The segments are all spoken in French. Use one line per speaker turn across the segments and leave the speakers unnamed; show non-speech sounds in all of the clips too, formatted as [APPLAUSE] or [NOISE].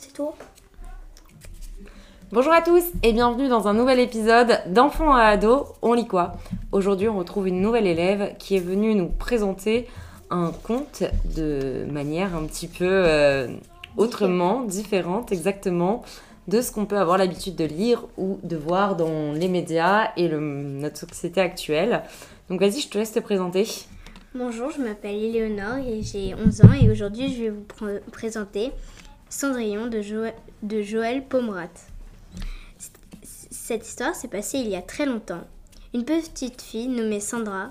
tuto.
Bonjour à tous et bienvenue dans un nouvel épisode d'Enfants à ados, on lit quoi Aujourd'hui, on retrouve une nouvelle élève qui est venue nous présenter un conte de manière un petit peu euh, autrement, différente exactement de ce qu'on peut avoir l'habitude de lire ou de voir dans les médias et le- notre société actuelle. Donc vas-y, je te laisse te présenter.
Bonjour, je m'appelle Éléonore et j'ai 11 ans et aujourd'hui je vais vous pr- présenter Cendrillon de, Jo- de Joël Pomerat. C- Cette histoire s'est passée il y a très longtemps. Une petite fille nommée Sandra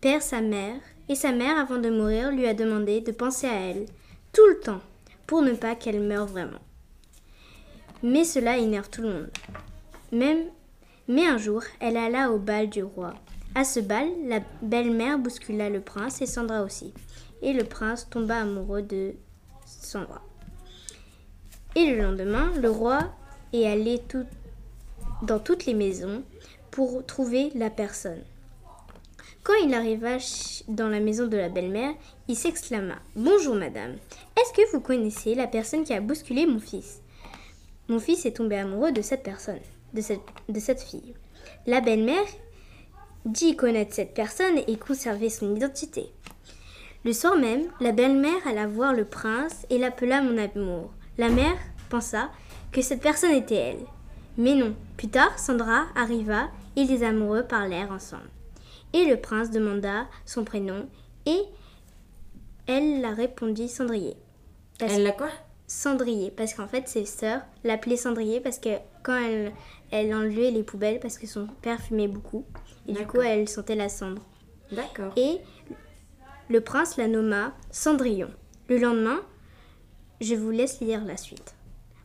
perd sa mère et sa mère avant de mourir lui a demandé de penser à elle tout le temps pour ne pas qu'elle meure vraiment. Mais cela énerve tout le monde. Même Mais un jour, elle alla au bal du roi. À ce bal, la belle-mère bouscula le prince et Sandra aussi. Et le prince tomba amoureux de Sandra. Et le lendemain, le roi est allé tout- dans toutes les maisons pour trouver la personne. Quand il arriva ch- dans la maison de la belle-mère, il s'exclama Bonjour madame, est-ce que vous connaissez la personne qui a bousculé mon fils mon fils est tombé amoureux de cette personne, de cette, de cette fille. La belle-mère dit connaître cette personne et conserver son identité. Le soir même, la belle-mère alla voir le prince et l'appela mon amour. La mère pensa que cette personne était elle. Mais non, plus tard, Sandra arriva et les amoureux parlèrent ensemble. Et le prince demanda son prénom et elle la répondit Cendrier. Parce
Elle l'a quoi
Cendrier, parce qu'en fait, ses sœurs l'appelaient Cendrier parce que quand elle, elle enlevait les poubelles, parce que son père fumait beaucoup, et du coup,
D'accord.
elle sentait la cendre.
D'accord.
Et le prince la nomma Cendrillon. Le lendemain, je vous laisse lire la suite.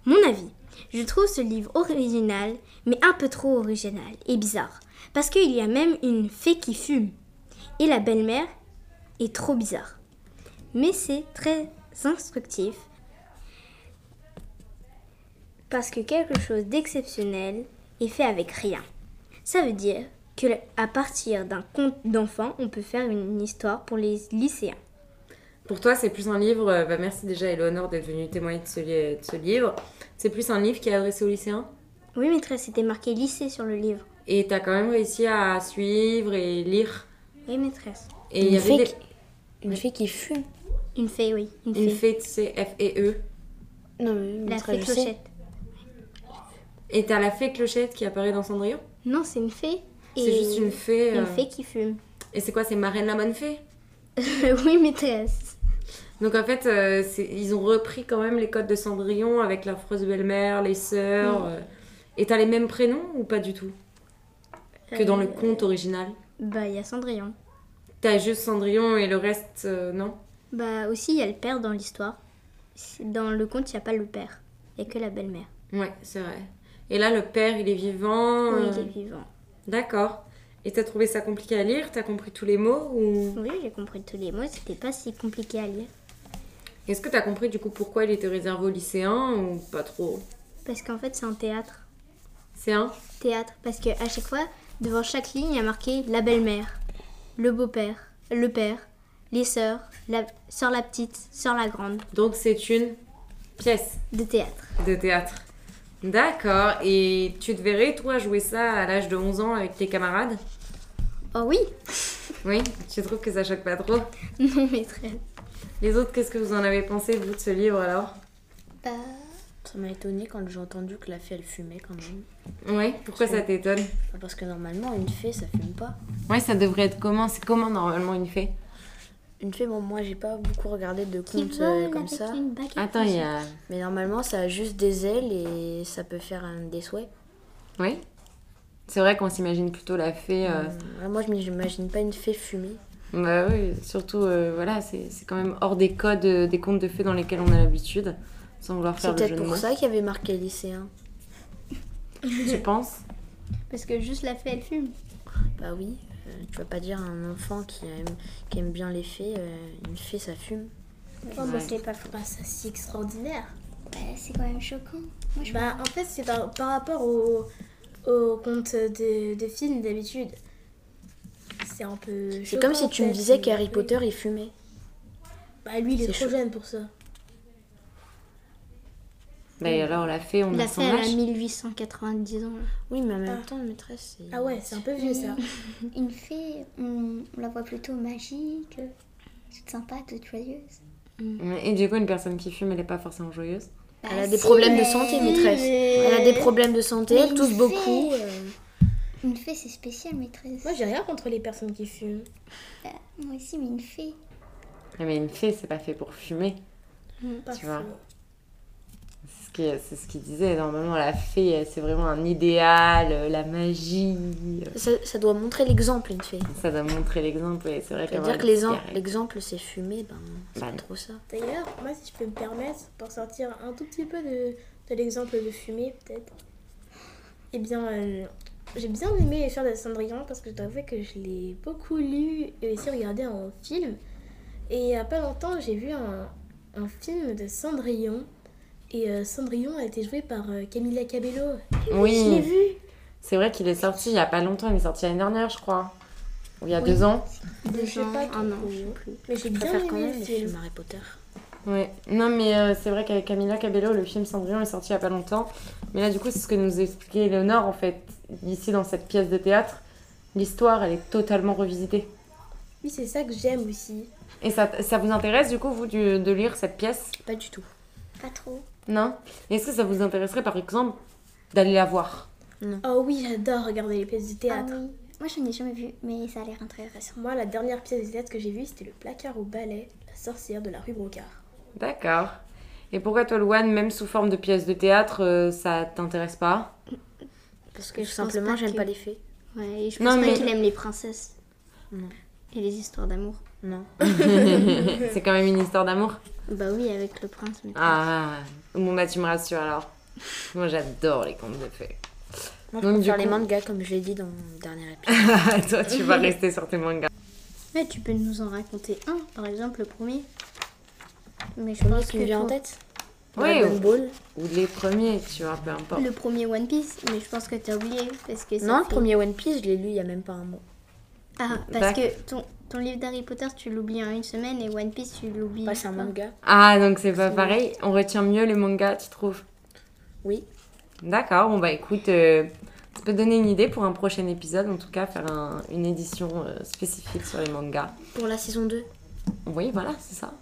Mon avis, je trouve ce livre original, mais un peu trop original et bizarre, parce qu'il y a même une fée qui fume, et la belle-mère est trop bizarre. Mais c'est très instructif, parce que quelque chose d'exceptionnel est fait avec rien. Ça veut dire que à partir d'un conte d'enfant, on peut faire une histoire pour les lycéens.
Pour toi, c'est plus un livre. euh, Bah, merci déjà, Eleonore, d'être venue témoigner de ce, li- de ce livre. C'est plus un livre qui est adressé aux lycéens
Oui, maîtresse, c'était marqué lycée sur le livre.
Et t'as quand même réussi à suivre et lire.
Oui, maîtresse.
Et il
Une
y avait
fée
des-
Une fille qui fume.
Une fée, oui. Une fée.
une fée, E tu sais, F-E-E.
Non, mais
La
maîtresse,
fée
je sais.
clochette.
Et t'as la fée clochette qui apparaît dans Cendrillon
Non, c'est une fée.
C'est juste une fée. euh,
Une fée qui fume. [LAUGHS]
Et c'est quoi C'est Marraine la bonne fée
oui, maîtresse.
Donc en fait, euh, c'est- ils ont repris quand même les codes de Cendrillon avec la frosse belle-mère, les sœurs.
Mm.
euh. Et t'as les mêmes prénoms ou pas du tout Que dans le
Euh,
conte original
Bah, il y a Cendrillon.
T'as juste Cendrillon et le reste, euh, non
Bah, aussi, il y a le père dans l'histoire. Dans le conte, il n'y a pas le père. Il n'y a que la belle-mère.
Ouais, c'est vrai. Et là, le père, il est vivant.
Oui,
euh,
il est vivant.
D'accord. Et t'as trouvé ça compliqué à lire T'as compris tous les mots ou...
Oui, j'ai compris tous les mots. C'était pas si compliqué à lire.
Est-ce que t'as compris du coup pourquoi il était réservé aux lycéens ou pas trop
Parce qu'en fait, c'est un théâtre.
C'est un
théâtre parce que à chaque fois devant chaque ligne il y a marqué la belle-mère, le beau-père, le père, les sœurs, la sœur la petite, sœur la grande
Donc c'est une pièce
de théâtre.
de théâtre. D'accord. Et tu te verrais, toi, jouer ça à l'âge de 11 ans avec tes camarades
Oh oui, [LAUGHS]
Oui Tu trouves que ça choque pas trop
non maîtresse.
Les autres, qu'est-ce que vous en avez pensé, vous, de ce livre alors
Bah,
Ça m'a étonné quand j'ai entendu que la fée elle fumait quand même.
Oui, pourquoi ça t'étonne
Enfin, Parce que normalement une fée ça fume pas.
Ouais, ça devrait être comment C'est comment normalement une fée
Une fée, bon moi j'ai pas beaucoup regardé de contes euh, comme ça.
Attends, il y a.
Mais normalement ça a juste des ailes et ça peut faire euh, des souhaits.
Oui C'est vrai qu'on s'imagine plutôt la fée. euh,
Euh, moi je m'imagine pas une fée fumer.
Bah oui, surtout, euh, voilà, c'est c'est quand même hors des codes, euh, des contes de fées dans lesquels on a l'habitude, sans vouloir
C'est
faire le jeu
peut-être
de
pour
mots.
ça qu'il y avait marqué lycéen.
Tu penses
Parce que juste la fée elle fume.
Bah oui, euh, tu vas pas dire à un enfant qui aime, qui aime bien les fées, euh, une fée ça fume.
Oh,
Ouais.
mais c'est pas, pas ça si extraordinaire.
c'est quand même choquant.
Bah, en fait, c'est par, par rapport au, au conte de, de films d'habitude. C'est un peu.
C'est
choquant,
comme si tu me
peut-être,
disais
mais-
qu'Harry
oui.
Potter il fumait.
Bah, lui, il est,
C'est
trop
chaud.
jeune pour ça.
Bah, et alors, la fée, on
La
a
fée,
son
elle
âge.
a 1890 ans.
Oui, mais en même
Ah.
temps, maîtresse, c'est.
Ah ouais, c'est un peu vieux ça.
Une fée, on, on la voit plutôt magique, euh, toute sympa, toute joyeuse.
Et du coup, une personne qui fume, elle n'est pas forcément joyeuse.
Bah,
Elle a des
si,
problèmes de
mais-
santé, maîtresse.
mais-
Elle a des problèmes de santé,
Mais
elle
une
tousse
fée,
beaucoup.
euh, Une fée, c'est spécial, maîtresse.
Moi j'ai rien contre les personnes qui fument.
Moi aussi, mais une fée.
Ah, Mais une fée, c'est pas fait pour fumer.
Hmm.
Pas
Tu vois.
fou.
C'est ce qui- euh, c'est ce qu'il disait. Normalement, la fée, elle, c'est vraiment un idéal, euh, la magie.
Ça, ça doit montrer l'exemple, une fée.
Ça doit montrer l'exemple. Et c'est vrai qu'avoir
C'est-à-dire que
une
les en-
cigarette-
l'exemple, c'est fumer, ben, c'est
Bah,
pas trop ça.
D'ailleurs, moi si je peux me permettre, pour sortir un tout petit peu de, de l'exemple de fumer peut-être, eh bien euh, j'ai bien aimé les fleurs de Cendrillon parce que je dois avouer que je l'ai beaucoup lu et aussi regardé en film. Et il n'y a pas longtemps j'ai vu un, un film de Cendrillon. Et euh, Cendrillon a été joué par euh, Camila Cabello. Je l'ai
Oui,
vu
c'est vrai qu'il est sorti il y a pas longtemps. Il est sorti l'année dernière, je crois. Ou il y a deux ans.
Deux
Je sais
ans,
pas trop.
un an.
Mais j'ai
Je
bien
préfère quand
aimé
même
le
les
film.
films Harry Potter.
Ouais. Non, mais euh, c'est vrai qu'avec Camila Cabello, le film Cendrillon est sorti il y a pas longtemps. Mais là, du coup, c'est ce que nous expliquait Eleonore, en fait, ici dans cette pièce de théâtre. L'histoire, elle est totalement revisitée.
Oui, c'est ça que j'aime aussi.
Et ça, ça vous intéresse, du coup, vous, du- de lire cette pièce
Pas du tout.
Pas trop.
Non Est-ce que ça vous intéresserait, par exemple, d'aller la voir
Oh oui, j'adore regarder les pièces de
Ah
théâtre.
oui. Moi, je n'ai jamais vu, mais ça a l'air intéressant.
Moi, la dernière pièce de théâtre que j'ai vue, c'était le placard au ballet, la sorcière de la rue Brocard.
D'accord. Et pourquoi toi, Louane, même sous forme de pièce de théâtre, euh, ça t'intéresse pas
Parce que
que
tout
je pense
simplement,
pas
j'aime
que-
pas les fées.
Ouais, et je
Non,
pense
mais-
pas qu'il aime les princesses.
Non.
Et les histoires d'amour.
Non.
C'est quand même une histoire d'amour.
Bah oui, avec le prince. mais-
Ah, bon, bah, tu me rassures alors. Moi, j'adore les contes de fées.
Moi,
Donc,
je
du
préfère les
coup-
mangas, comme je l'ai dit dans le dernier épisode.
[LAUGHS] Ah, toi, tu vas rester sur tes mangas.
Ouais, tu peux nous en raconter un, par exemple, le premier. Mais je
Je
pense
pense
que
qu'il me vient en
toi-
tête.
Oui,
Dragon Ball.
ou, ou les premiers, tu vois, peu importe.
Le premier One Piece, mais je pense que t'as oublié parce que ça
Non, le
fait-
premier One Piece, je l'ai lu il y a même pas un mois.
Ah,
Bah.
parce que ton, ton livre d'Harry Potter, tu l'oublies en une semaine et One Piece, tu l'oublies.
Pas c'est un
pas.
manga.
Ah, donc c'est pas pareil. On retient mieux les mangas, tu trouves
Oui.
D'accord, bon bah écoute, euh, ça peut donner une idée pour un prochain épisode, en tout cas faire un- une édition euh, spécifique sur les mangas.
Pour la saison 2.
Oui, voilà, c'est ça.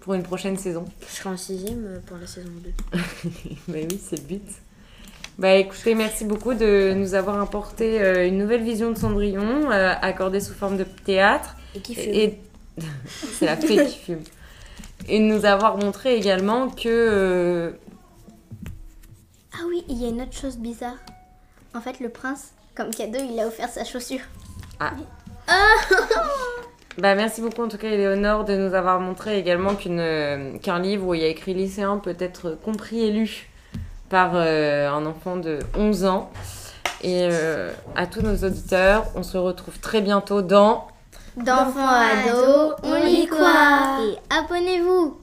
Pour une prochaine saison. [LAUGHS]
Je serai en sixième euh, pour la saison 2.
bah oui, c'est le but. Bah écoutez, merci beaucoup de nous avoir apporté euh, une nouvelle vision de Cendrillon, euh, accordée sous forme de théâtre.
Et qui fume.
Et [LAUGHS] c'est la fée qui fume. Et de nous avoir montré également que euh,
Ah oui, il y a une autre chose bizarre. En fait, le prince, comme cadeau, il a offert sa chaussure.
Bah, merci beaucoup en tout cas, Éléonore, de nous avoir montré également qu'une, euh, qu'un livre où il y a écrit lycéen peut être compris et lu par euh, un enfant de 11 ans. Et euh, à tous nos auditeurs, on se retrouve très bientôt dans
D'enfant à ado, on y croit. Et abonnez-vous